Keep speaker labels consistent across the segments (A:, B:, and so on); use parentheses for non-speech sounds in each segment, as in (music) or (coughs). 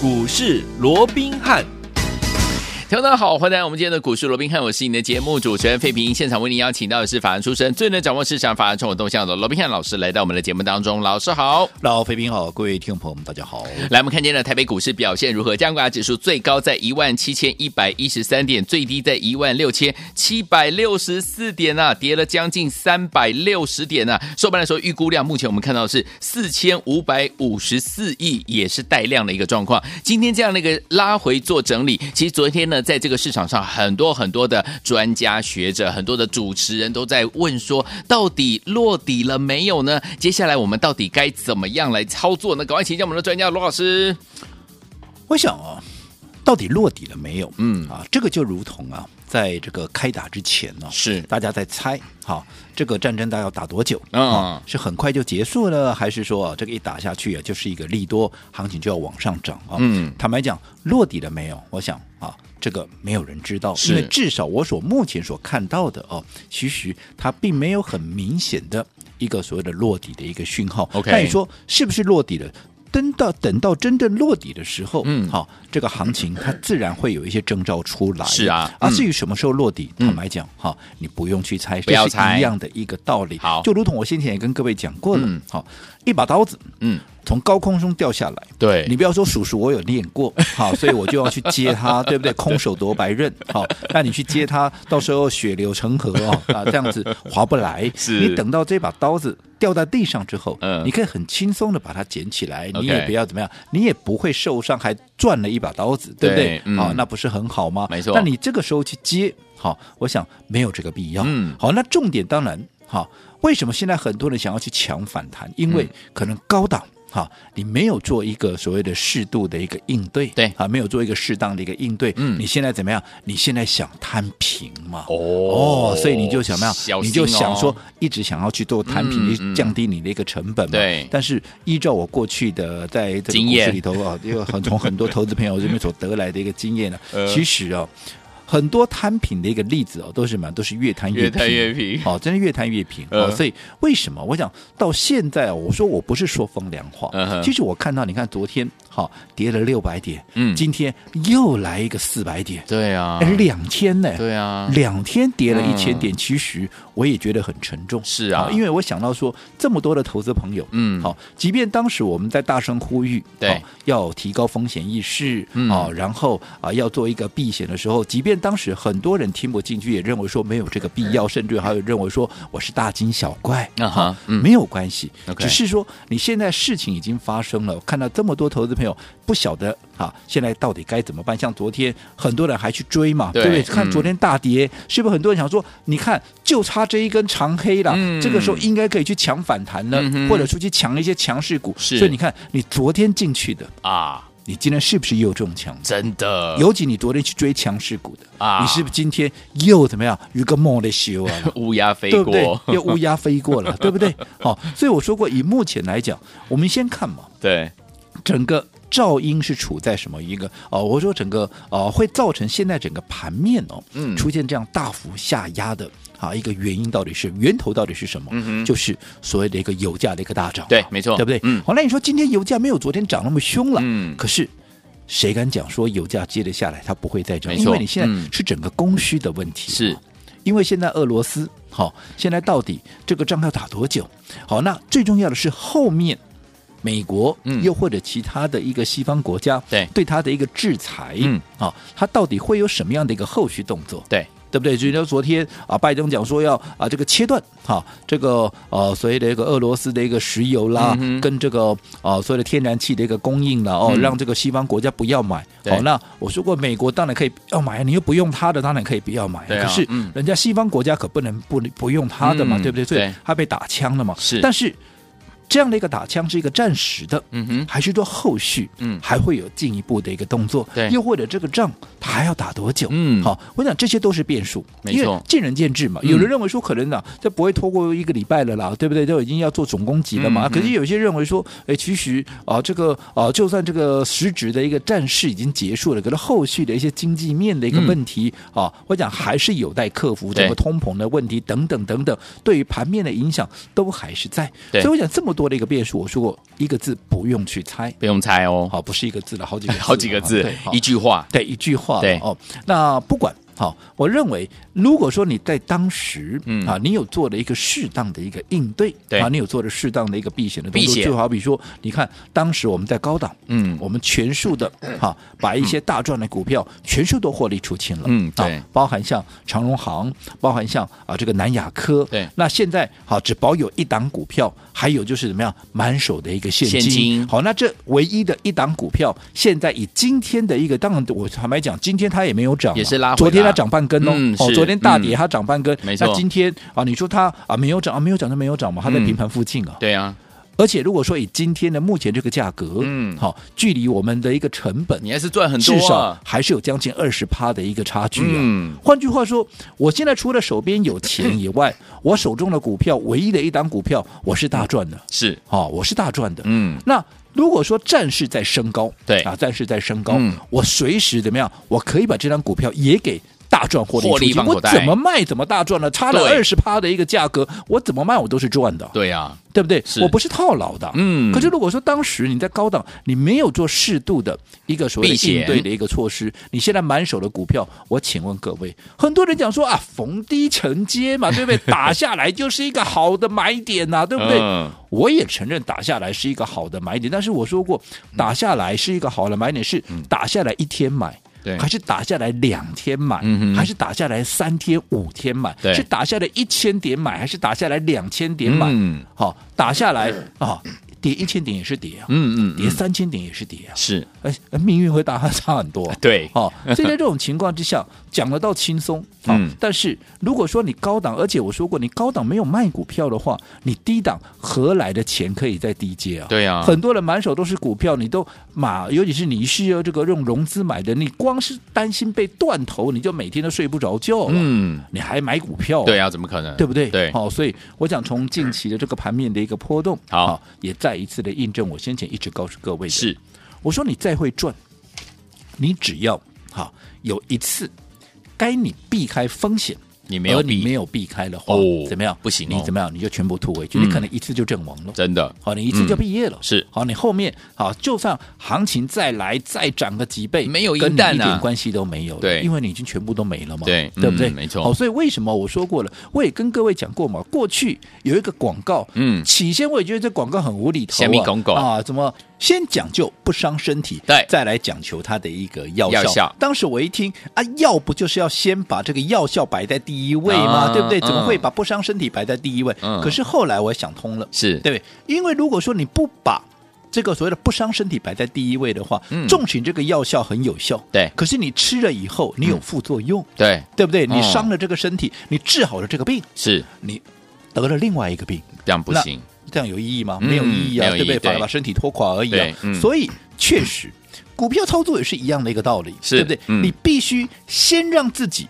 A: 股市罗宾汉。
B: 听众朋友好，欢迎来到我们今天的股市罗宾汉，我是你的节目主持人费平。现场为您邀请到的是法案出身、最能掌握市场、法案冲我动向的罗宾汉老师，来到我们的节目当中。老师好，
C: 老肥平好，各位听众朋友们，大家好。
B: 来我们看今天的台北股市表现如何？加权指数最高在一万七千一百一十三点，最低在一万六千七百六十四点啊，跌了将近三百六十点啊。收盘的时候，预估量目前我们看到的是四千五百五十四亿，也是带量哎的一个状况。今天这样的一个拉回做整理，其实昨天呢，在这个市场上，很多很多的专家学者、很多的主持人都在问说，到底落底了没有呢？接下来我们到底该怎么样来操作呢？赶快请教我们的专家罗老师。
C: 我想啊，到底落底了没有？
B: 嗯
C: 啊，这个就如同啊，在这个开打之前呢、
B: 是
C: 大家在猜，好，这个战争大概要打多久？
B: 嗯
C: 啊是很快就结束了，还是说、啊、这个一打下去啊，就是一个利多行情就要往上涨啊？
B: 嗯，
C: 坦白讲，落底了没有？我想啊。这个没有人知道，
B: 是
C: 因为至少我所目前所看到的哦，其实它并没有很明显的一个所谓的落底的一个讯号。
B: OK
C: 那你说是不是落底了？等到等到真正落底的时候，
B: 嗯
C: 好，这个行情它自然会有一些征兆出来。
B: 是啊
C: 啊，
B: 嗯
C: 至于什么时候落底，坦白讲，哈，你不用去猜，
B: 不要
C: 这是
B: 猜
C: 一样的一个道理。
B: 好
C: 就如同我先前也跟各位讲过了
B: 嗯，
C: 好，一把刀子，
B: 嗯，
C: 从高空中掉下来，
B: 对
C: 你不要说叔叔，我有练过，好，所以我就要去接他，对不
B: (laughs)
C: 对？空手夺白刃，好，那你去接他，到时候血流成河哦，啊，这样子划不来。
B: (laughs) 是
C: 你等到这把刀子掉在地上之后，
B: 嗯
C: 你可以很轻松的把它捡起来，你
B: OK
C: 也不要怎么样，你也不会受伤，还赚了一把刀子，对不
B: 对
C: 对？
B: 嗯
C: 好，那不是很好吗？
B: 没错
C: 那你这个时候去接，好，我想没有这个必要。
B: 嗯
C: 好，那重点当然好，为什么现在很多人想要去抢反弹？因
B: 嗯
C: 为可能高档。哈，你没有做一个所谓的适度的一个应对，
B: 对
C: 啊，没有做一个适当的一个应对，
B: 嗯
C: 你现在怎么样？你现在想摊平嘛？
B: 哦
C: 所以你就想么
B: 小
C: 样？
B: 心
C: 你就想
B: 哦
C: 说，一直想要去做摊平，
B: 嗯
C: 去降低你的一个成本嘛。
B: 对
C: 但是依照我过去的在这个
B: 经
C: 股
B: 验
C: 市里头啊，因为很从很多投资朋友这边所得来的一个经验呢
B: (laughs) 呃，
C: 其实哦。很多摊平的一个例子哦，都是什么？都是越摊
B: 越
C: 越平，
B: 摊越平
C: 哦，真的越摊越平、
B: 呃
C: 哦。所以为什么我想到现在哦，我说我不是说风凉话，
B: 嗯哼
C: 其实我看到你看昨天好、跌了六百点，
B: 嗯
C: 今天又来一个四百点，
B: 对啊
C: 哎、两天呢，
B: 对啊，
C: 两天跌了一千
B: 嗯
C: 点，其实我也觉得很沉重。
B: 是啊
C: 好因为我想到说，这么多的投资朋友，
B: 嗯
C: 好，即便当时我们在大声呼吁，
B: 对
C: 好要提高风险意识，
B: 嗯
C: 啊，然后啊要做一个避险的时候，即便当时很多人听不进去，也认为说没有这个必要，甚至还有认为说我是大惊小怪，
B: 啊哈
C: 好
B: 嗯
C: 没有关系
B: OK
C: 只是说你现在事情已经发生了，我看到这么多投资朋友不晓得啊，现在到底该怎么办？像昨天很多人还去追嘛，
B: 对
C: 对不对？看
B: 嗯
C: 昨天大跌，是不是很多人想说，你看就差这一根长黑了，
B: 嗯
C: 这个时候应该可以去抢反弹了，
B: 嗯哼
C: 或者说去抢一些强势股。
B: 是
C: 所以你看，你昨天进去的，
B: 啊，
C: 你今天是不是又中枪了？
B: 真的
C: 尤其你昨天去追强势股的
B: 呃啊
C: 你是不是今天又怎么样？有一个梦的修啊！
B: 乌鸦 (laughs) 飞
C: 对
B: 过，
C: 不对？又乌鸦飞过了，对不对？好、所以我说过，以目前来讲，我们先看嘛，
B: 对
C: 整个噪音是处在什么一个哦？我说整个呃，会造成现在整个盘面哦，
B: 嗯
C: 出现这样大幅下压的啊一个原因到底是源头到底是什么？
B: 嗯哼
C: 就是所谓的一个油价的一个大涨嘛，
B: 对没错
C: 对不对？
B: 嗯
C: 好，那你说今天油价没有昨天涨那么凶了，
B: 嗯
C: 可是。谁敢讲说油价接着下来它不会再涨？
B: 没
C: 因
B: 错
C: 为你现
B: 嗯
C: 在是整个供需的问题嘛，
B: 是
C: 因为现在俄罗斯好、现在到底这个仗要打多久？好，那最重要的是后面美国，
B: 嗯
C: 又或者其他的一个西方国家，
B: 对
C: 对它的一个制裁，
B: 嗯，
C: 啊、它到底会有什么样的一个后续动作？
B: 对，
C: 对不对？就像昨天啊，拜登讲说要啊，这个切断哈、这个呃所谓的一个俄罗斯的一个石油啦，
B: 嗯哼
C: 跟这个呃所谓的天然气的一个供应啦，哦，
B: 嗯
C: 让这个西方国家不要买。
B: 对
C: 哦，那我说过，美国当然可以要买，你又不用它的，当然可以不要买。
B: 对啊
C: 可是
B: 嗯
C: 人家西方国家可不能不不用它的嘛，
B: 嗯
C: 对不对？所以
B: 对
C: 它被打枪了嘛。
B: 是
C: 但是这样的一个打枪是一个暂时的，
B: 嗯哼，
C: 还是说后续，
B: 嗯
C: 还会有进一步的一个动作？
B: 对
C: 又或者这个仗它还要打多久？
B: 嗯
C: 好，我想这些都是变数，
B: 没错
C: 因为见仁见智嘛。
B: 嗯
C: 有人认为说可能呢、啊这不会拖过一个礼拜了啦，对不对？都已经要做总攻击了嘛。
B: 嗯嗯
C: 可是有些认为说，哎，其实啊、这个啊、就算这个实质的一个战事已经结束了，可是后续的一些经济面的一个
B: 嗯
C: 问题啊、我讲还是有待克服，
B: 对
C: 整个通膨的问题等等等等，对于盘面的影响都还是在。
B: 对
C: 所以我想这么多的一个变数，我说过一个字不用去猜，
B: 不用猜哦，
C: 好，不是一个字了，好几个字了
B: (laughs)
C: 啊
B: 好几个字
C: 对，好
B: 一句话，
C: 对一句话了
B: 对
C: 哦。那不管好，我认为如果说你在当时，
B: 嗯
C: 啊，你有做了一个适当的一个应对，
B: 对
C: 啊，你有做了适当的一个避险的动
B: 避
C: 作，
B: 险
C: 就好比说，你看当时我们在高档，
B: 嗯
C: 我们全数
B: (coughs)
C: 的哈、把一些大赚的股票全数都获利出清了，
B: 嗯对
C: 啊，包含像长荣行，包含像啊这个南亚科，
B: 对
C: 那现在好只保有一档股票，还有就是怎么样满手的一个现金，
B: 现金
C: 好，那这唯一的一档股票，现在以今天的一个，当然我坦白讲，今天它也没有涨嘛，啊
B: 也是拉回啦
C: 昨天它涨半根哦，
B: 嗯
C: 哦
B: 是，
C: 昨天大跌
B: 嗯
C: 它涨半根，
B: 没错
C: 那今天啊，你说它啊没有涨啊没有涨就没有涨嘛，它在
B: 嗯
C: 平盘附近啊，
B: 对啊，
C: 而且如果说以今天的目前这个价格，
B: 嗯
C: 好、距离我们的一个成本
B: 你还是赚很多
C: 至少
B: 啊，
C: 还是有将近二十趴的一个差距啊。
B: 嗯
C: 换句话说，我现在除了手边有钱以
B: (laughs)
C: 外，我手中的股票唯一的一档股票，我是大赚的，
B: 是，
C: 哦，我是大赚的。
B: 嗯，
C: 那如果说战事在升高，
B: 对
C: 啊，战事在升高，
B: 嗯
C: 我随时怎么样，我可以把这张股票也给。大赚获利
B: 获
C: 出
B: 利
C: 去，
B: 放口
C: 我
B: 袋
C: 怎么卖怎么大赚呢？差了
B: 对
C: 二十趴的一个价格，我怎么卖我都是赚的。
B: 对啊，
C: 对不对
B: 是？
C: 我不是套牢的，
B: 嗯
C: 可是如果说当时你在高档，你没有做适度的一个所谓
B: 避
C: 的
B: 险
C: 应对的一个措施，你现在满手的股票，我请问各位，很多人讲说啊，逢低承接
B: (laughs)
C: 嘛，对不对？打下来就是一个好的买点呐、对不对？
B: 嗯
C: 我也承认打下来是一个好的买点，但是我说过，打下来是一个好的买点，是打下来一天买。
B: 嗯对
C: 还是打下来两天买，
B: 嗯哼
C: 还是打下来三天、五天买？
B: 对
C: 是打下来一千点买，还是打下来两千点买？
B: 嗯
C: 好、打下来啊，跌一千点也是跌啊，
B: 嗯嗯
C: 跌
B: 嗯，
C: 三千点也是跌啊，
B: 是，
C: 哎，哎命运会大差很多、
B: (laughs)
C: (laughs)
B: 对，
C: 哦，所以在这种情况之下，讲得到轻松啊、
B: 嗯
C: 但是如果说你高档，而且我说过，你高档没有卖股票的话，你低档何来的钱可以在低阶啊？
B: 对啊，
C: 很多人满手都是股票，你都马，尤其是你是要这个用融资买的，你光是担心被断头，你就每天都睡不着觉了。
B: 嗯，
C: 你还买股票、
B: 对啊，怎么可能？
C: 对不对？哦
B: 对，
C: 好、所以我想从近期的这个盘面的一个波动，哦
B: 好
C: 也再一次的印证我先前一直告诉各位的，
B: 是，
C: 我说你再会赚，你只要好、有一次该你避开风险，
B: 你没有
C: 而你没
B: 避，
C: 有避开的话，
B: 哦
C: 怎么样？
B: 不行哦嗯
C: 你怎么样？你就全部吐回去，你可能一次就阵亡了。
B: 真的，
C: 好，你一次就
B: 嗯
C: 毕业了。
B: 是
C: 好，你后面好，就算行情再来再涨个几倍，
B: 没有
C: 跟
B: 赢
C: 你
B: 蛋啊
C: 一点关系都没有了。
B: 对
C: 因为你已经全部都没了嘛。
B: 对
C: 对不对？
B: 嗯没错
C: 好，所以为什么我说过了，我也跟各位讲过嘛，过去有一个广告，
B: 嗯
C: 起先我也觉得这广告很无厘头、啊，
B: 虾米广告
C: 啊，怎么先讲究不伤身体，
B: 对
C: 再来讲求它的一个药效。
B: 药效
C: 当时我一听啊，药不就是要先把这个药效摆在第一位吗？
B: 啊
C: 对不对？怎么
B: 嗯
C: 会把不伤身体摆在第一位？
B: 嗯
C: 可是后来我想通了。
B: 是，
C: 对不对？因为如果说你不把这个所谓的不伤身体摆在第一位的话，
B: 嗯
C: 重型这个药效很有效，
B: 对嗯
C: 可是你吃了以后，你有副作用，
B: 对，
C: 对不对？
B: 哦
C: 你伤了这个身体，你治好了这个病，
B: 是，
C: 你得了另外一个病，
B: 这样不
C: 那
B: 行，
C: 这样有意义吗？
B: 嗯
C: 没有意义啊，
B: 没有
C: 对不
B: 意义
C: 对？
B: 对
C: 反而把身体拖垮而已啊
B: 对。嗯
C: 所以确实，股票操作也是一样的一个道理，
B: 是
C: 对不对？
B: 嗯
C: 你必须先让自己。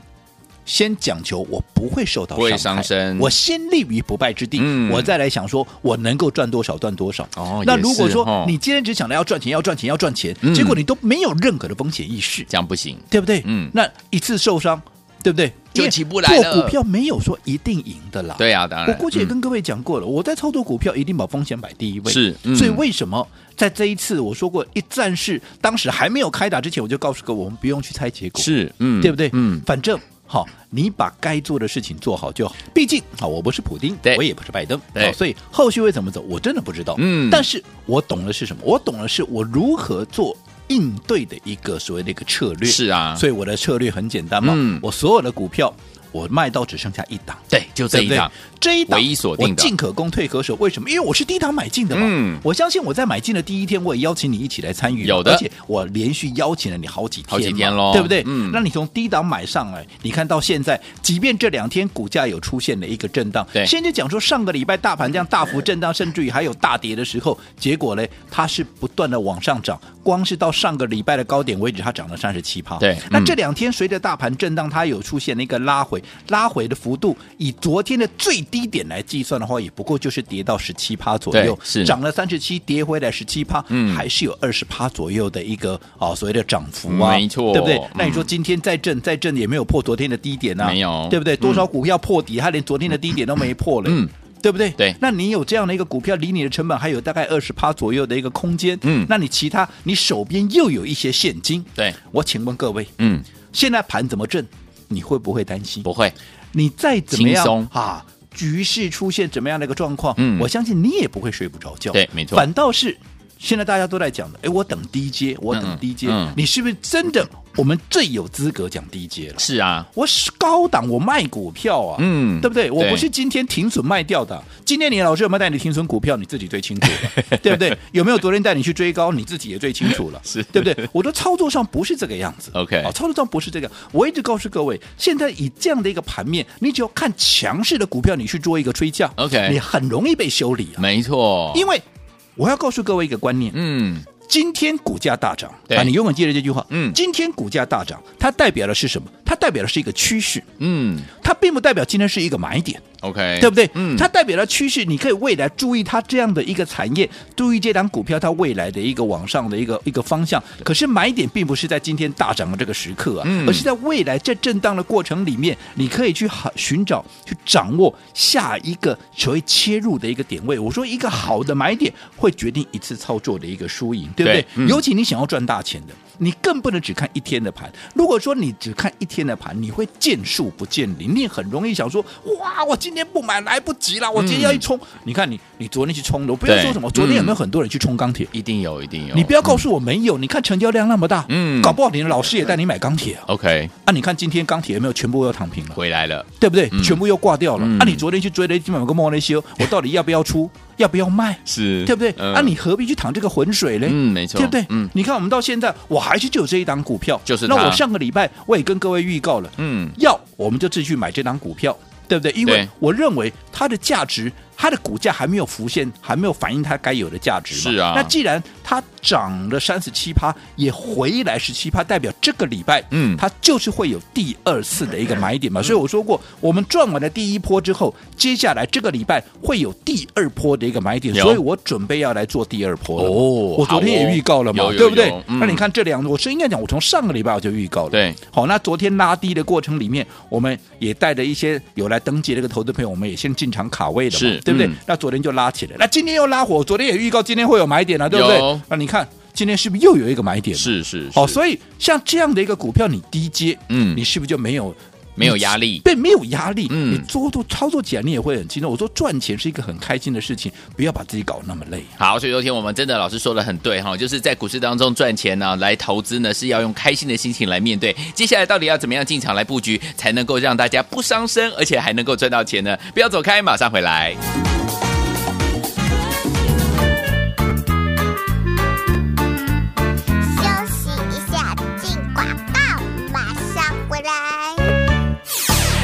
C: 先讲求我不会受到
B: 不会
C: 伤害
B: 伤身
C: 我先立于不败之地，
B: 嗯
C: 我再来想说我能够赚多少赚多少。
B: 哦
C: 那
B: 也
C: 如果
B: 是哦
C: 说你今天只想着要赚钱要赚钱要赚钱，
B: 嗯
C: 结果你都没有任何的风险意识，
B: 这样不行，
C: 对不对？
B: 嗯
C: 那一次受伤，对不对？
B: 就
C: 因为
B: 起不来了
C: 做股票没有说一定赢的啦，
B: 对啊，当然，
C: 我过去也
B: 嗯
C: 跟各位讲过了，我在操作股票一定把风险摆第一位。
B: 是嗯
C: 所以为什么在这一次我说过一站式，当时还没有开打之前，我就告诉各位，我们不用去猜结果，
B: 是，嗯，
C: 对不对？
B: 嗯，
C: 反正好，你把该做的事情做好就好。毕竟啊，我不是普丁
B: 对，
C: 我也不是拜登，
B: 对
C: 好所以后续会怎么走，我真的不知道。
B: 嗯
C: 但是我懂的是什么？我懂的是我如何做应对的一个所谓的一个策略。
B: 是啊，
C: 所以我的策略很简单嘛，
B: 嗯
C: 我所有的股票我卖到只剩下一档。
B: 对，就这
C: 对
B: 一
C: 不对
B: 档，？
C: 这一档
B: 唯一锁定的
C: 我进可攻退可守。为什么？因为我是低档买进的嘛。
B: 嗯
C: 我相信我在买进的第一天，我也邀请你一起来参与嘛。
B: 有的
C: 而且我连续邀请了你好几天嘛，
B: 好几天咯
C: 对不对？
B: 嗯
C: 那你从低档买上来，你看到现在，即便这两天股价有出现了一个震荡，
B: 对
C: 先就讲说上个礼拜大盘这样大幅震荡，甚至于还有大跌的时候，结果呢，它是不断的往上涨，光是到上个礼拜的高点为止，它涨了三十七趴。
B: 对
C: 那
B: 嗯
C: 这两天随着大盘震荡，它有出现了一个拉回，拉回的幅度以昨天的最低点来计算的话，也不过就是跌到十七趴左右
B: 对，是
C: 涨了三十七，跌回来十七趴，
B: 嗯
C: 还是有二十趴左右的一个啊所谓的涨幅啊，
B: 没错
C: 对不对
B: 嗯？
C: 那你说今天再震再震也没有破昨天的低点啊，
B: 没有
C: 对不对？多少股票破底，它连昨天的低点都没破嘞，
B: 嗯
C: 对不对？
B: 对
C: 那你有这样的一个股票，离你的成本还有大概二十趴左右的一个空间，
B: 嗯
C: 那你其他你手边又有一些现金，
B: 对，
C: 我请问各位，
B: 嗯，
C: 现在盘怎么震？你会不会担心？
B: 不会，
C: 你再怎么
B: 轻松
C: 样啊，局势出现怎么样的一个状况，
B: 嗯
C: 我相信你也不会睡不着觉。
B: 对没错
C: 反倒是现在大家都在讲的，哎，我等低阶，我
B: 嗯
C: 等低阶，
B: 嗯
C: 你是不是真的我们最有资格讲低阶了？
B: 是啊，
C: 我是高档，我卖股票啊，
B: 嗯
C: 对不对？我
B: 对
C: 不是今天停损卖掉的，今天你老师有没有带你停损股票，你自己最清楚
B: (laughs)
C: 了，对不对？有没有昨天带你去追高，你自己也最清楚了，
B: 是
C: 对不对？我的操作上不是这个样子
B: OK
C: 啊操作上不是这个。我一直告诉各位，现在以这样的一个盘面，你只要看强势的股票，你去做一个追价
B: OK 嗯
C: 你很容易被修理啊，
B: 没错，
C: 因为我要告诉各位一个观念，
B: 嗯，
C: 今天股价大涨，
B: 对
C: 啊，你永远记得这句话，
B: 嗯
C: 今天股价大涨，它代表的是什么？它代表的是一个趋势。
B: 嗯
C: 它并不代表今天是一个买点，
B: ，OK，
C: 对不对？
B: 嗯，
C: 它代表了趋势，你可以未来注意它这样的一个产业，注意这档股票它未来的一个往上的一个一个方向。可是买点并不是在今天大涨的这个时刻啊，
B: 嗯
C: 而是在未来这震荡的过程里面，你可以去好寻找、去掌握下一个所谓切入的一个点位。我说一个好的买点会决定一次操作的一个输赢，对不对？
B: 对嗯
C: 尤其你想要赚大钱的。你更不能只看一天的盘。如果说你只看一天的盘，你会见树不见林，你很容易想说：哇，我今天不买来不及了，我今天要一冲。你看你，你昨天去冲的，我不要
B: 嗯对
C: 说什么，昨天有没有
B: 嗯
C: 很多人去冲钢铁？
B: 一定有，一定有，
C: 你不要告诉我没有，你看成交量那么大，
B: 嗯
C: 搞不好你的老师也带你买钢铁啊。
B: OK
C: 啊，你看今天钢铁有没有全部又躺平了？
B: 回来了，
C: 对不对？
B: 嗯
C: 全部又挂掉了。
B: 嗯
C: 啊，你昨天去追了一某个莫雷修，我到底要不要出？要不要卖？
B: 是，
C: 对不对？
B: 嗯
C: 啊，你何必去淌这个浑水嘞？
B: 嗯，没错，
C: 哎对不对？
B: 嗯
C: 你看我们到现在，我还是只有这一档股票，
B: 就是它
C: 那我上个礼拜我也跟各位预告了，
B: 嗯，
C: 要我们就继续买这档股票，对不对？因
B: 对
C: 为我认为它的价值，它的股价还没有浮现，还没有反映它该有的价值嘛。
B: 是啊
C: 那既然它涨了三十七趴，也回来十七趴，代表这个礼拜，
B: 嗯
C: 它就是会有第二次的一个买点嘛。所以我说过，我们赚完了第一波之后，接下来这个礼拜会有第二波的一个买点，
B: 有
C: 所以我准备要来做第二波了。
B: 哦
C: 我昨天
B: 好哦
C: 也预告了嘛，
B: 有有
C: 对不对
B: 有？嗯
C: 那你看这两，我是应该讲，我从上个礼拜我就预告了。
B: 对，
C: 好，那昨天拉低的过程里面，我们也带着一些有来登记的这个投资朋友，我们也先进场卡位的嘛，
B: 是
C: 对不对、
B: 嗯
C: 那昨天就拉起来，那今天又拉火，昨天也预告今天会有买点了、对不
B: 有
C: 对？那你看今天是不是又有一个买点？。
B: 是是，
C: 好，
B: 是
C: 所以像这样的一个股票，你低接，
B: 嗯
C: 你是不是就没有
B: 没有压力，
C: 对，没有压力，
B: 嗯
C: 你做做操作起来你也会很轻松。我说赚钱是一个很开心的事情，不要把自己搞那么累。
B: 好，所以昨天我们真的老师说的很对哈，就是在股市当中赚钱呢、来投资呢是要用开心的心情来面对。接下来到底要怎么样进场来布局，才能够让大家不伤身，而且还能够赚到钱呢？不要走开，马上回来。
D: 休息一下，进广告，马上回来。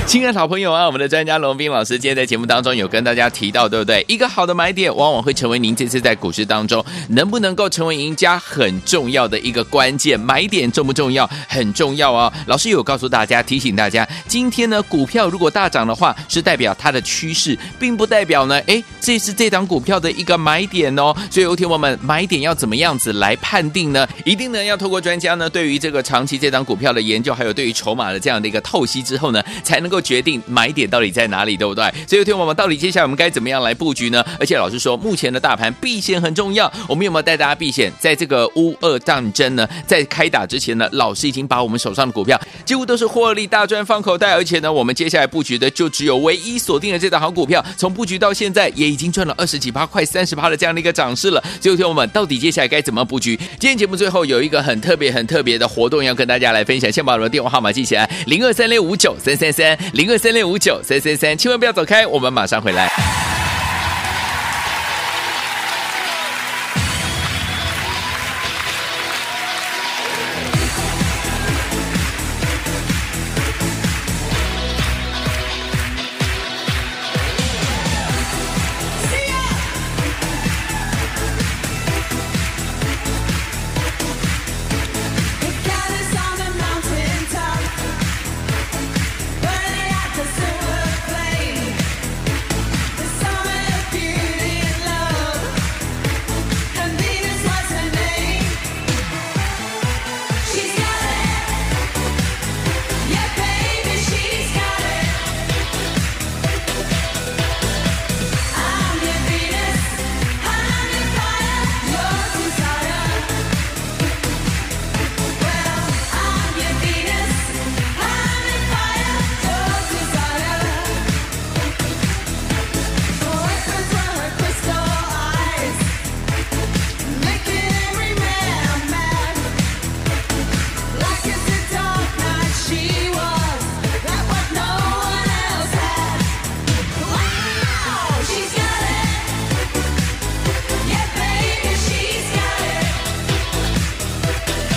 B: 亲爱的好朋友啊，我们的专家龙斌老师今天在节目当中有跟大家提到，对不对？一个好的买点往往会成为您这次在股市当中能不能够成为赢家很重要的一个关键。买点重不重要？很重要哦。老师有告诉大家，提醒大家，今天呢股票如果大涨的话，是代表它的趋势，并不代表呢，哎，这是这档股票的一个买点哦。所以，有听我们买点要怎么样子来判定呢？一定呢要透过专家呢对于这个长期这档股票的研究，还有对于筹码的这样的一个透析之后呢，才能够决定买点到底在哪里，对不对？所以，有听我们到底接下来我们该怎么样来布局呢？而且老师说，目前的大盘避险很重要，我们有没有带大家避险？在这个乌俄战争呢，在开打之前呢，老师已经把我们手上的股票几乎都是获利大赚放口袋，而且呢，我们接下来布局的就只有唯一锁定的这档好股票，从布局到现在也已经赚了二十几趴，快三十趴的这样的一个涨势了。所以，听我们到底接下来该怎么布局？今天节目最后有一个很特别、很特别的活动要跟大家来分享，先把我们的电话号码记起来：零二三六五九三三三，零二三六五九三三三，千万不要走开，我们马上回来。
E: God is on the mountain top, burning like a silver flame. The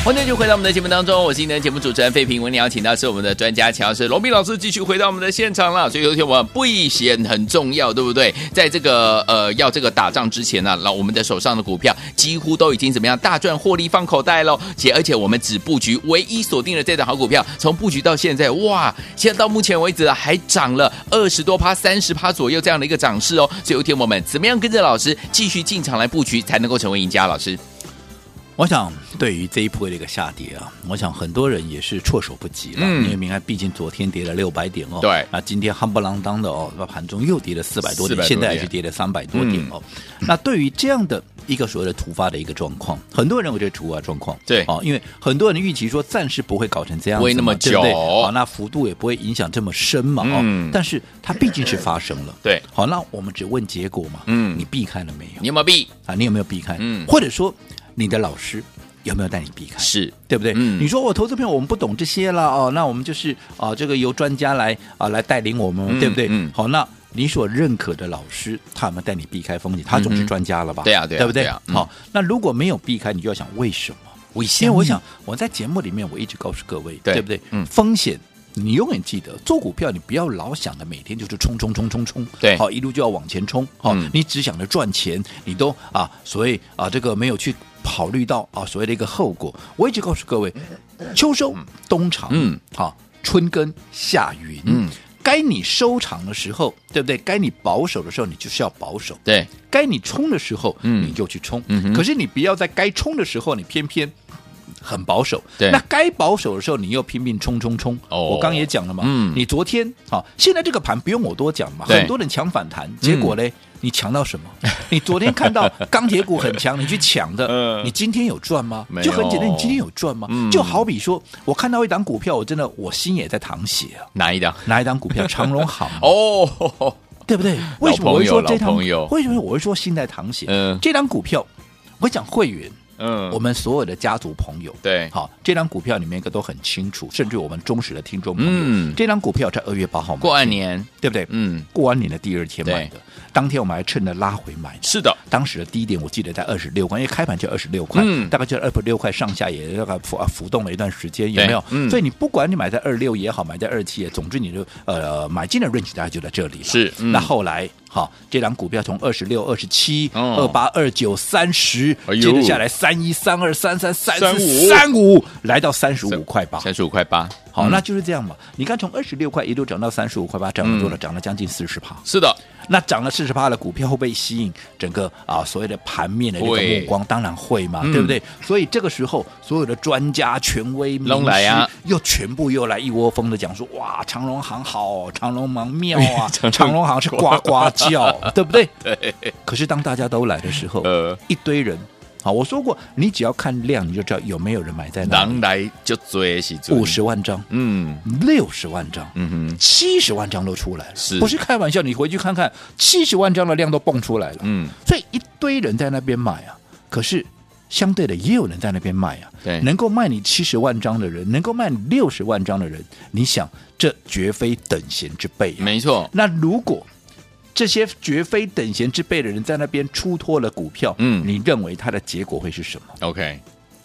B: 欢迎继续回到我们的节目当中，我是今天的节目主持人费平。我们邀请到是我们的专家乔师龙斌老师，继续回到我们的现场了。所以有一天我们避险很重要，对不对？在这个呃要这个打仗之前呢、老我们的手上的股票几乎都已经怎么样大赚获利放口袋喽。且而且我们只布局唯一锁定了这档好股票，从布局到现在，哇，现在到目前为止啊还涨了二十多趴、三十趴左右这样的一个涨势哦。所以有一天我们怎么样跟着老师继续进场来布局，才能够成为赢家？老师，
C: 我想对于这一波的一个下跌啊，我想很多人也是措手不及了，
B: 嗯
C: 因为明白，毕竟昨天跌了六百点哦，
B: 对
C: 那今天夯不啷当的哦，那盘中又跌了四百多
B: 400多
C: 点，现在也
B: 点嗯
C: 是跌了三百多点哦。那对于这样的一个所谓的突发的一个状况，很多人我觉得突发状况，
B: 对
C: 哦，因为很多人预期说暂时不会搞成这样子嘛，
B: 不会那么
C: 对不对
B: 久
C: 好，那幅度也不会影响这么深嘛，哦，
B: 嗯
C: 但是它毕竟是发生了，
B: 对
C: 好，那我们只问结果嘛，
B: 嗯
C: 你避开了没有？
B: 你有没有避？
C: 啊，你有没有避开？
B: 嗯
C: 或者说你的老师有没有带你避开？
B: 是
C: 对不对？
B: 嗯
C: 你说我投资朋友我们不懂这些啦，哦，那我们就是啊、这个由专家来啊、来带领我们，
B: 嗯
C: 对不对？
B: 嗯
C: 好，那你所认可的老师，他有没有带你避开风险？他总
B: 嗯
C: 是
B: 哼
C: 专家了吧？
B: 对啊对啊
C: 对不对？
B: 对啊嗯
C: 好，那如果没有避开，你就要想为什么？
B: 为
C: 因为我想我在节目里面我一直告诉各位，
B: 对
C: 不对？
B: 嗯
C: 风险。你永远记得做股票，你不要老想着每天就是冲冲冲冲冲，
B: 对
C: 好一路就要往前冲，好、
B: 嗯
C: 你只想着赚钱，你都啊，所谓啊这个没有去考虑到啊所谓的一个后果。我一直告诉各位，秋收冬藏，
B: 嗯，
C: 好、春耕夏耘，
B: 嗯，
C: 该你收藏的时候，对不对？该你保守的时候，你就是要保守，
B: 对，
C: 该你冲的时候，
B: 嗯
C: 你就去冲。
B: 嗯哼
C: 可是你不要在该冲的时候，你偏偏很保守。
B: 对
C: 那该保守的时候，你又拼命冲冲冲。
B: 哦
C: 我刚也讲了嘛，
B: 嗯
C: 你昨天好、现在这个盘不用我多讲嘛，
B: 对嗯
C: 很多人抢反弹，结果嘞。你抢到
B: (laughs)
C: 什么？你昨天看到钢铁股很强，你去抢的，
B: 嗯
C: 你今天有赚吗
B: 没？有
C: 就很简单，你今天有赚吗？
B: 嗯
C: 就好比说，我看到一档股票，我真的我心也在淌血啊。
B: 哪一档？
C: 哪一档
B: (laughs)
C: 股票？长荣行嘛
B: 哦，
C: 对不对？为什么我会说这
B: 老
C: 张？
B: 朋友
C: 为什么我会说心在淌血？
B: 嗯
C: 这张股票，我讲会员，
B: 嗯
C: 我们所有的家族朋友，
B: 对
C: 好，这张股票你们应该都很清楚，甚至我们忠实的听众朋友，
B: 嗯
C: 这张股票在二月八号买，
B: 过完，年，
C: 对不对？
B: 嗯，
C: 过完年的第二天买的，当天我们还趁着拉回买的。
B: 是的，
C: 当时的低点我记得在二十六块，因为开盘就二十六块，
B: 嗯
C: 大概就二十六块上下，也大概浮啊浮动了一段时间，有没有
B: 对？嗯
C: 所以你不管你买在二六也好，买在二七也，总之你就呃买进的 range 大概就在这里了。
B: 是嗯
C: 那后来好，这档股票从二十六、二十七、二
B: 哦
C: 八、二九、三十，
B: 哎呦
C: 接着下来三一、三二、三三、三
B: 35
C: 四、三五，来到三十五块八。
B: 三十五块八，
C: 好，
B: 嗯
C: 那就是这样嘛。你看，从二十六块一路涨到三十五块八，涨了
B: 嗯
C: 多少？涨了将近四十趴。
B: 是的，
C: 那涨了四十趴的股票会不会吸引整个啊所谓的盘面的这个
B: 会
C: 目光？当然会嘛，
B: 嗯
C: 对不对？所以这个时候，所有的专家、权威、
B: 拢来啊
C: 名师又全部又来一窝蜂的讲说：哇，长隆行好，长隆行妙
B: (laughs)
C: 啊
B: 哎长隆，
C: 长隆行是呱呱叫，对不
B: (laughs)
C: 对？对。可是当大家都来的时候，
B: 呃
C: 一堆人，好，我说过，你只要看量，你就知道有没有人买在哪
B: 狼
C: 里。
B: 来就追是
C: 五，十万张，
B: 嗯
C: 六十万张，
B: 嗯哼，
C: 七十万张都出来了，
B: 是
C: 不是开玩笑？你回去看看，七十万张的量都蹦出来了，
B: 嗯，
C: 所以一堆人在那边买啊，可是。相对的，也有人在那边卖啊。
B: 对
C: 能够卖你七十万张的人，能够卖你六十万张的人，你想，这绝非等闲之辈、啊。
B: 没错，
C: 那如果这些绝非等闲之辈的人在那边出脱了股票，
B: 嗯
C: 你认为它的结果会是什么？
B: ，OK，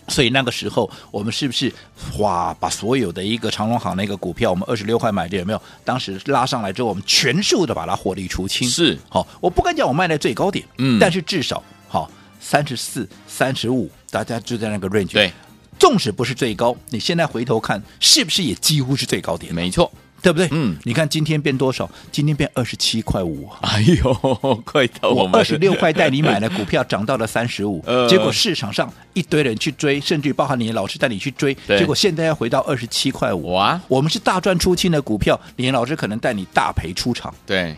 C: 所以那个时候，我们是不是哇，把所有的一个长隆行那个股票，我们二十六块买的有没有？当时拉上来之后，我们全数的把它获利出清。
B: 是
C: 好，我不敢讲我卖在最高点，
B: 嗯
C: 但是至少好三十四、三十五，大家就在那个 range。
B: 对，
C: 纵使不是最高，你现在回头看，是不是也几乎是最高点？
B: 没错，
C: 对不对？
B: 嗯
C: 你看今天变多少？今天变二十七块五啊。
B: 哎呦， (laughs) 快到
C: 我
B: 们
C: 二十六块带你买的股票涨到了三十五
B: (laughs) 呃，
C: 结果市场上一堆人去追，甚至包含你的老师带你去追，
B: 对
C: 结果现在要回到二十七块五。
B: 哇，
C: 我们是大赚出清的股票，你的老师可能带你大赔出场。
B: 对，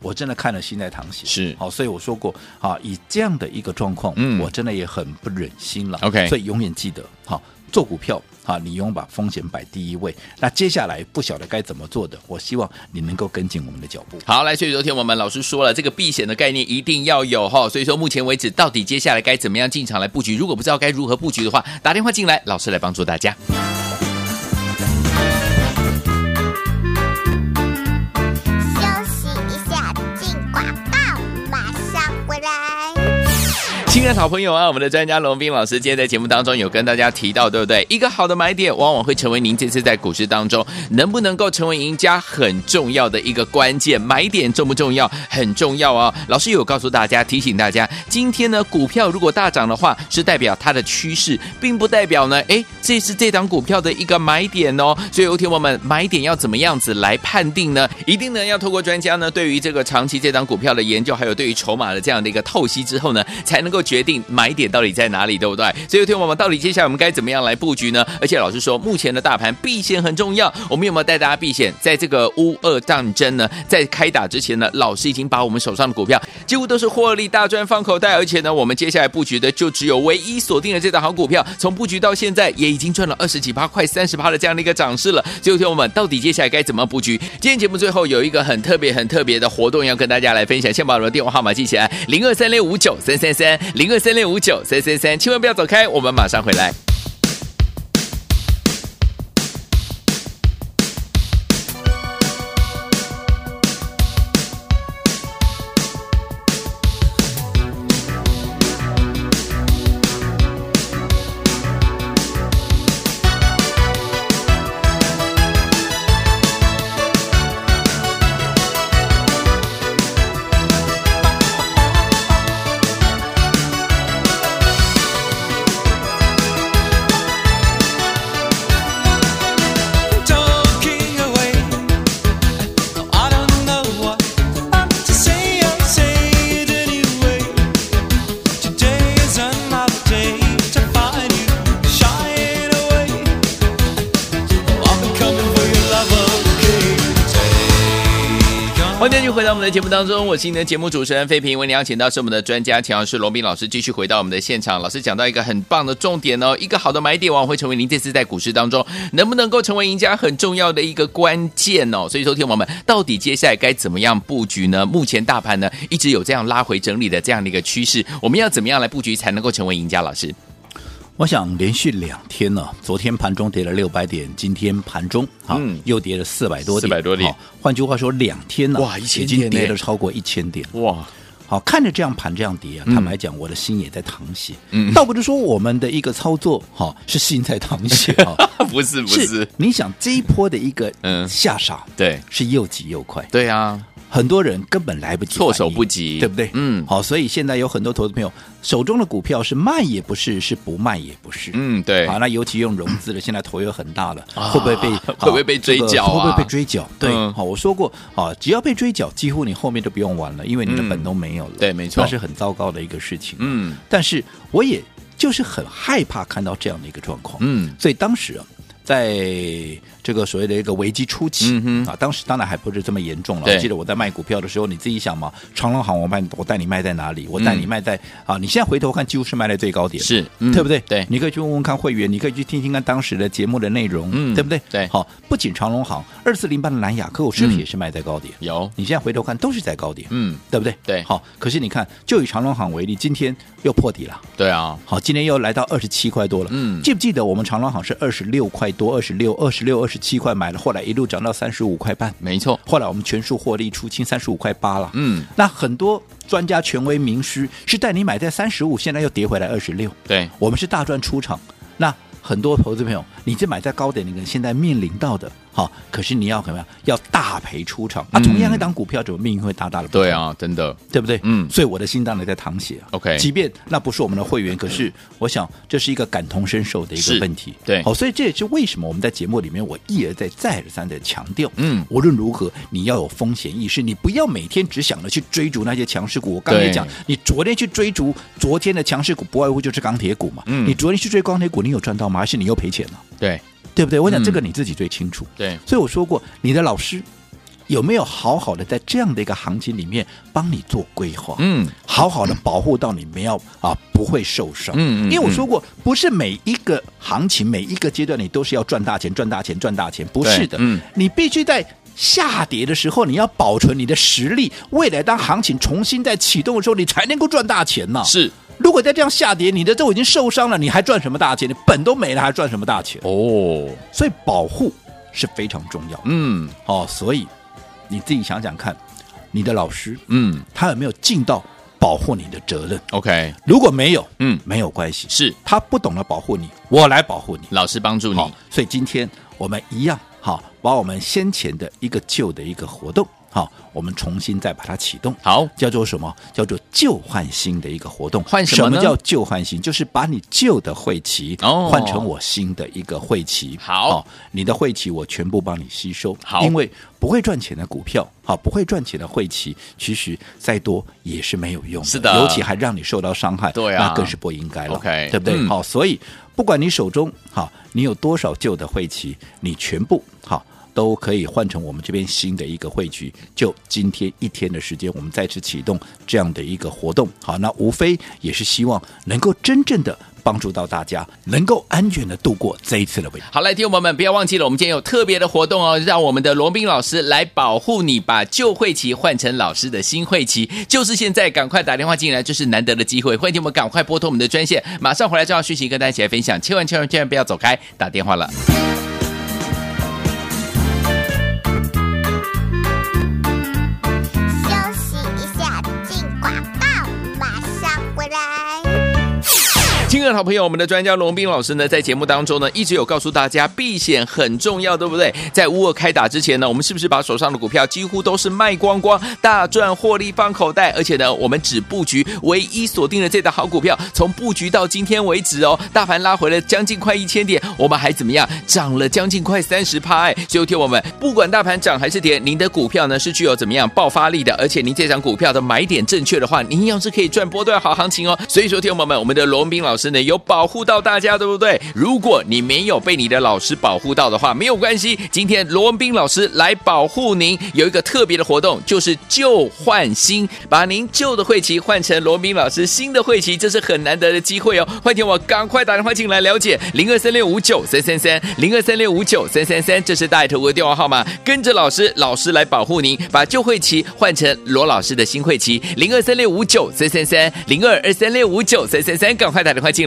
C: 我真的看了心在淌血，
B: 是
C: 好，所以我说过啊，以这样的一个状况，
B: 嗯
C: 我真的也很不忍心了。
B: OK
C: 所以永远记得，好做股票啊，你永远把风险摆第一位。那接下来不晓得该怎么做的，我希望你能够跟进我们的脚步。
B: 好，来，所以昨天我们老师说了，这个避险的概念一定要有哈。所以说，目前为止，到底接下来该怎么样进场来布局？如果不知道该如何布局的话，打电话进来，老师来帮助大家。
D: 休息一下，进广告，马上回来。
B: 亲的好朋友啊，我们的专家龙斌老师今天在节目当中有跟大家提到，对不对？一个好的买点往往会成为您这次在股市当中能不能够成为赢家很重要的一个关键。买点重不重要？很重要啊！老师有告诉大家，提醒大家，今天呢股票如果大涨的话，是代表它的趋势，并不代表呢，哎，这是这档股票的一个买点哦。所以，有天我们买点要怎么样子来判定呢？一定呢要透过专家呢对于这个长期这档股票的研究，还有对于筹码的这样的一个透析之后呢，才能够决定买点到底在哪里，对不对？所以，有天我们到底接下来我们该怎么样来布局呢？而且，老师说，目前的大盘避险很重要，我们有没有带大家避险？在这个乌俄战争呢，在开打之前呢，老师已经把我们手上的股票几乎都是获利大赚放口袋，而且呢，我们接下来布局的就只有唯一锁定的这档好股票，从布局到现在也已经赚了二十几趴，快三十趴的这样的一个涨势了。所以，朋友们，到底接下来该怎么布局？今天节目最后有一个很特别、很特别的活动要跟大家来分享，先把我们的电话号码记起来：零二三六五九三三三，零二三六五九三三三，千万不要走开，我们马上回来。
F: Talking away, I don't know what to say. I'll say it anyway. Today is another day to find you shying away. I'll be coming for your love, okay?
B: 欢迎继续回到我们的节目当中，我是你的节目主持人费平，为您邀请到是我们的专家乔师罗斌老师，继续回到我们的现场。老师讲到一个很棒的重点哦，一个好的买点往往会成为您这次在股市当中能不能够成为赢家很重要的一个关键哦。所以，说，听我们到底接下来该怎么样布局呢？目前大盘呢一直有这样拉回整理的这样的一个趋势，我们要怎么样来布局才能够成为赢家？老师，
C: 我想连续两天呢、昨天盘中跌了六百点，今天盘中啊、
B: 嗯
C: 又跌了四百多点，
B: 400多点
C: 好换句话说，两天呢、
B: 哇
C: 已
B: 1000
C: 经
B: 点
C: 跌
B: 呢
C: 了超过一千点。
B: 哇，
C: 好，看着这样盘这样跌啊，
B: 嗯
C: 坦白讲，我的心也在淌血。
B: 嗯
C: 倒不是说我们的一个操作哈、是心在淌
B: (laughs)
C: 血哈、
B: 不是不是，
C: 你想这一波的一个
B: 嗯
C: 下杀，
B: 对
C: 是又急又快，
B: 对啊，
C: 很多人根本来不及反应，
B: 措手不及
C: 对不对？
B: 嗯
C: 好，所以现在有很多投资朋友手中的股票是卖也不是，是不卖也不是，。
B: 嗯，对啊
C: 好，，那尤其用融资的，现在头又很大了，会不会被
B: (laughs) 会不会被追缴啊
C: 这个会不会被追缴？对
B: 嗯，
C: 好，我说过啊，只要被追缴，几乎你后面就不用玩了，因为你的本都没有了。
B: 嗯对没错
C: 那是很糟糕的一个事情。
B: 嗯
C: 但是我也就是很害怕看到这样的一个状况。
B: 嗯，
C: 所以当时啊，在这个所谓的一个危机初期、
B: 嗯
C: 啊，当时当然还不是这么严重了。
B: 对
C: 我记得我在卖股票的时候，你自己想嘛，长隆行我卖，我带你卖在哪里？我带你卖在、啊，你现在回头看，几乎是卖在最高点，
B: 嗯是嗯
C: 对不对？
B: 对
C: 你可以去问问看会员，你可以去听听看当时的节目的内容，
B: 嗯
C: 对不对？
B: 对
C: 好，不仅长隆行，二四零八的蓝雅科，我是不是
B: 嗯
C: 也是卖在高点？
B: 有，
C: 你现在回头看都是在高点，
B: 嗯，
C: 对不对？
B: 对
C: 好，可是你看，就以长隆行为例，今天又破底了。
B: 对啊，
C: 好，今天又来到二十七块多了。
B: 嗯
C: 记不记得我们长隆行是二十六块多、二十六、二十六、二十七块买的，后来一路涨到三十五块半。
B: 没错，
C: 后来我们全数获利出清，三十五块八了。
B: 嗯，
C: 那很多专家、权威、名师是带你买在三十五，现在又跌回来二十六。
B: 对，
C: 我们是大赚出场。那很多投资朋友，你这买在高点，你可能现在面临到的，好，可是你要怎么样？要大赔出场啊！
B: 嗯
C: 同样一档股票，怎么命运会大大的不同
B: 对？啊，真的，
C: 对不对？
B: 嗯
C: 所以我的心当然在淌血啊。
B: OK
C: 即便那不是我们的会员，可是我想这是一个感同身受的一
B: 是
C: 个问题。
B: 对
C: 好，所以这也是为什么我们在节目里面我一而再、再而三的强调，
B: 嗯
C: 无论如何你要有风险意识，你不要每天只想着去追逐那些强势股。我刚才
B: 对
C: 也讲，你昨天去追逐昨天的强势股，不外乎就是钢铁股嘛。
B: 嗯
C: 你昨天去追钢铁股，你有赚到吗？还是你又赔钱了？
B: 对
C: 对不对？我想
B: 嗯
C: 这个你自己最清楚。
B: 对，
C: 所以我说过，你的老师有没有好好的在这样的一个行情里面帮你做规划？
B: 嗯，
C: 好好的保护到你没有啊不会受伤。
B: 嗯嗯
C: 因
B: 嗯
C: 为我说过，不是每一个行情、每一个阶段你都是要赚大钱、赚大钱、赚大钱，不是的。
B: 对嗯
C: 你必须在。下跌的时候，你要保存你的实力，未来当行情重新再启动的时候，你才能够赚大钱呢、
B: 是
C: 如果再这样下跌，你的都已经受伤了，你还赚什么大钱？你本都没了，还赚什么大钱？
B: 哦，
C: 所以保护是非常重要的。
B: 嗯
C: 哦，所以你自己想想看，你的老师
B: 嗯，
C: 他有没有尽到保护你的责任。
B: OK，
C: 如果没有，
B: 嗯
C: 没有关系，
B: 是
C: 他不懂得保护你，我来保护你。
B: 老师帮助你
C: 好，所以今天我们一样好，把我们先前的一个旧的一个活动，好，我们重新再把它启动。
B: 好
C: 叫做什么？叫做旧换新的一个活动。
B: 换什么呢
C: 叫旧换新？就是把你旧的会旗
B: 哦
C: 换成我新的一个会旗。哦
B: 好
C: 你的会旗我全部帮你吸收。
B: 好
C: 因为不会赚钱的股票，好，不会赚钱的会旗，其实再多也是没有用
B: 是的
C: 尤其还让你受到伤害，
B: 对啊
C: 那更是不应该了
B: OK，
C: 对不对？
B: 嗯
C: 好，所以不管你手中好，你有多少旧的会旗，你全部好。都可以换成我们这边新的一个会局，就今天一天的时间，我们再次启动这样的一个活动。好，那无非也是希望能够真正的帮助到大家，能够安全的度过这一次的危机。
B: 好，来，听众朋友们，不要忘记了，我们今天有特别的活动哦，让我们的罗斌老师来保护你，把旧会旗换成老师的新会旗，就是现在，赶快打电话进来，这是难得的机会，欢迎你们赶快拨通我们的专线，马上回来这条讯息跟大家一起来分享，千万千万千万不要走开，打电话了。
D: 休息一下，进广告，马上回来。
B: 亲爱的好朋友，我们的专家龙斌老师呢，在节目当中呢，一直有告诉大家避险很重要，对不对？在乌俄开打之前呢，我们是不是把手上的股票几乎都是卖光光，大赚获利放口袋？而且呢，我们只布局唯一锁定了这档好股票，从布局到今天为止哦，大盘拉回了将近快一千点，我们还怎么样？涨了将近快三十趴，哎，所以听我们，不管大盘涨还是跌，您的股票呢是具有怎么样爆发力的，而且您这张股票的买点正确的话，您一样是可以赚波段好行情哦。所以说，听众朋友们，我们的罗文斌老师呢有保护到大家，对不对？如果你没有被你的老师保护到的话，没有关系，今天罗文斌老师来保护您，有一个特别的活动，就是旧换新，把您旧的会旗换成罗文斌老师新的会旗，这是很难得的机会哦。欢迎我赶快打电话进来了解零二三六五九三三三零二三六五九三三三，这是大爱投顾的电话号码，跟着老师，老师来保护您，把旧会旗换成罗老师的新会旗零二三六五九三三三零二二三六五九三三三，赶快打电话进